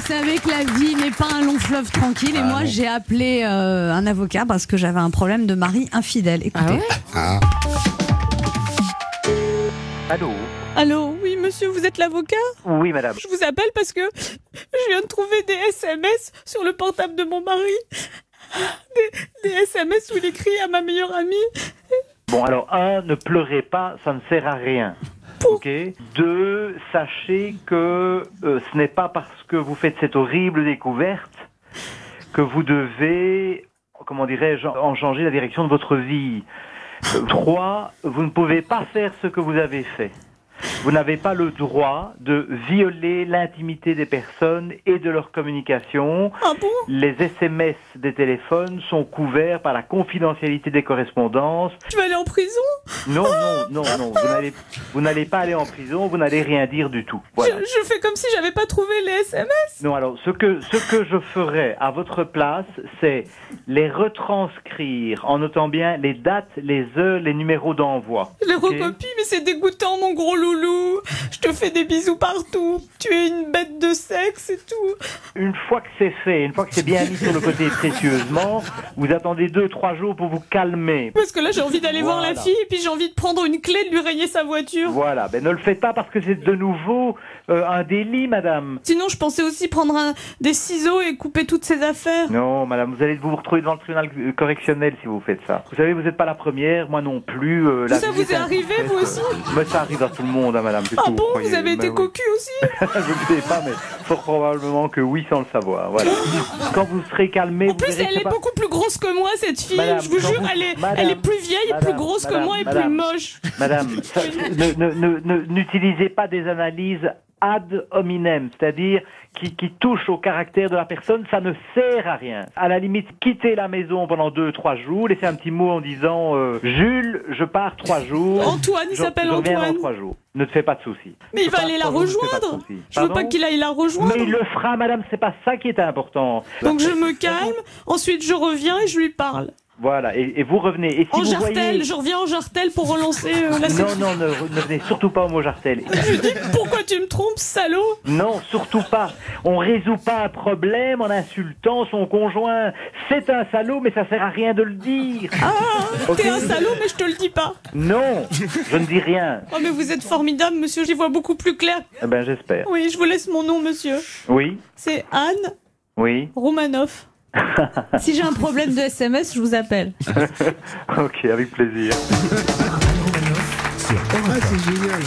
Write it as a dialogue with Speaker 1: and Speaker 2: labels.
Speaker 1: savez que la vie n'est pas un long fleuve tranquille. Et moi, j'ai appelé euh, un avocat parce que j'avais un problème de mari infidèle. Écoutez.
Speaker 2: Allô
Speaker 3: Allô, oui, monsieur, vous êtes l'avocat
Speaker 2: Oui, madame.
Speaker 3: Je vous appelle parce que je viens de trouver des SMS sur le portable de mon mari. Des, des SMS où il écrit à ma meilleure amie.
Speaker 2: Bon, alors, un, ne pleurez pas, ça ne sert à rien. Ok. Deux, sachez que euh, ce n'est pas parce que vous faites cette horrible découverte que vous devez, comment dirais-je, en changer la direction de votre vie. Euh, Trois, vous ne pouvez pas faire ce que vous avez fait. Vous n'avez pas le droit de violer l'intimité des personnes et de leur communication.
Speaker 3: Ah bon
Speaker 2: Les SMS des téléphones sont couverts par la confidentialité des correspondances.
Speaker 3: Je vais aller en prison
Speaker 2: Non, non, non, non. Vous n'allez, vous n'allez pas aller en prison, vous n'allez rien dire du tout. Voilà.
Speaker 3: je, je fais comme si j'avais pas trouvé les SMS.
Speaker 2: Non, alors, ce que, ce que je ferais à votre place, c'est les retranscrire en notant bien les dates, les heures, les numéros d'envoi.
Speaker 3: Je les
Speaker 2: Ok.
Speaker 3: recopie, mais c'est dégoûtant, mon gros loulou. Je te fais des bisous partout. Tu es une bête de sexe et tout.
Speaker 2: Une fois que c'est fait, une fois que c'est bien mis sur le côté précieusement, vous attendez deux, trois jours pour vous calmer.
Speaker 3: Parce que là, j'ai envie d'aller voir la
Speaker 2: Voilà.
Speaker 3: fille et puis j'ai envie de prendre une clé, de lui rayer sa voiture.
Speaker 2: Voilà, ben ne le faites pas parce que c'est de nouveau euh, un délit, madame.
Speaker 3: Sinon, je pensais aussi prendre un- des ciseaux et couper toutes ses affaires.
Speaker 2: Non, madame, vous allez vous retrouver devant le tribunal euh, correctionnel si vous faites ça. Vous savez, vous n'êtes pas la première, moi non plus. euh, la
Speaker 3: ça
Speaker 2: vie
Speaker 3: vous est arrivé,
Speaker 2: incomplète,
Speaker 3: vous aussi
Speaker 2: euh, Mais ça arrive à tout le monde, hein, madame. qu'est-ce
Speaker 3: Ah
Speaker 2: que
Speaker 3: bon,
Speaker 2: croyez
Speaker 3: vous avez
Speaker 2: Mais
Speaker 3: été
Speaker 2: oui.
Speaker 3: cocu aussi
Speaker 2: Je ne sais pas, mais fort probablement que oui, sans le savoir. Voilà. Quand vous serez calmé,
Speaker 3: En
Speaker 2: vous
Speaker 3: plus,
Speaker 2: verrez que
Speaker 3: elle
Speaker 2: c'est
Speaker 3: est
Speaker 2: pas-
Speaker 3: beaucoup plus grosse que moi, cette fille.
Speaker 2: Madame,
Speaker 3: je vous
Speaker 2: quand
Speaker 3: jure,
Speaker 2: vous-
Speaker 3: elle est,
Speaker 2: Madame,
Speaker 3: elle est plus vieille et plus
Speaker 2: madame,
Speaker 3: grosse que
Speaker 2: madame,
Speaker 3: moi et plus
Speaker 2: madame.
Speaker 3: moche.
Speaker 2: Madame, ça- ne- ne- ne- ne- n'utilisez pas des analyses ad hominem, c'est-à-dire qui, qui touchent au caractère de la personne, ça ne sert à rien. À la limite, quittez la maison pendant deux, trois jours, laissez un petit mot en disant euh, Jules, je pars trois jours.
Speaker 3: Antoine, il
Speaker 2: Je-
Speaker 3: s'appelle
Speaker 2: je reviens
Speaker 3: Antoine.
Speaker 2: Dans trois jours. Ne te fais pas de soucis.
Speaker 3: Mais
Speaker 2: Je
Speaker 3: il va
Speaker 2: pars
Speaker 3: aller la
Speaker 2: trois jours, ne te fais pas de
Speaker 3: rejoindre.
Speaker 2: soucis.
Speaker 3: Je veux pas
Speaker 2: Pardon
Speaker 3: qu'il aille la rejoindre.
Speaker 2: Mais il le fera, madame, c'est pas ça qui est important.
Speaker 3: Donc je me calme, ensuite je reviens et je lui parle.
Speaker 2: Voilà, et, et vous revenez. Et si
Speaker 3: en
Speaker 2: vous
Speaker 3: jartel,
Speaker 2: voyez...
Speaker 3: je reviens en jartel pour relancer euh, la
Speaker 2: Non,
Speaker 3: sécu-
Speaker 2: non, ne, ne venez surtout pas au mot jartel.
Speaker 3: Je lui dis pourquoi tu me trompes, salaud
Speaker 2: Non, surtout pas. On résout pas un problème en insultant son conjoint. C'est un salaud, mais ça sert à rien de le dire. Ok
Speaker 3: Ah, T'es un salaud, mais je te le dis pas.
Speaker 2: Non, je ne dis rien.
Speaker 3: Oh, mais vous êtes formidable, monsieur, j'y vois beaucoup plus clair.
Speaker 2: Eh ben, j'espère.
Speaker 3: Oui, je vous laisse mon nom, monsieur.
Speaker 2: Oui,
Speaker 3: C'est Anne
Speaker 2: oui.
Speaker 3: Romanoff.
Speaker 1: Si j'ai un problème de SMS, je vous appelle.
Speaker 2: Ok, avec plaisir.
Speaker 4: Ah, c'est génial.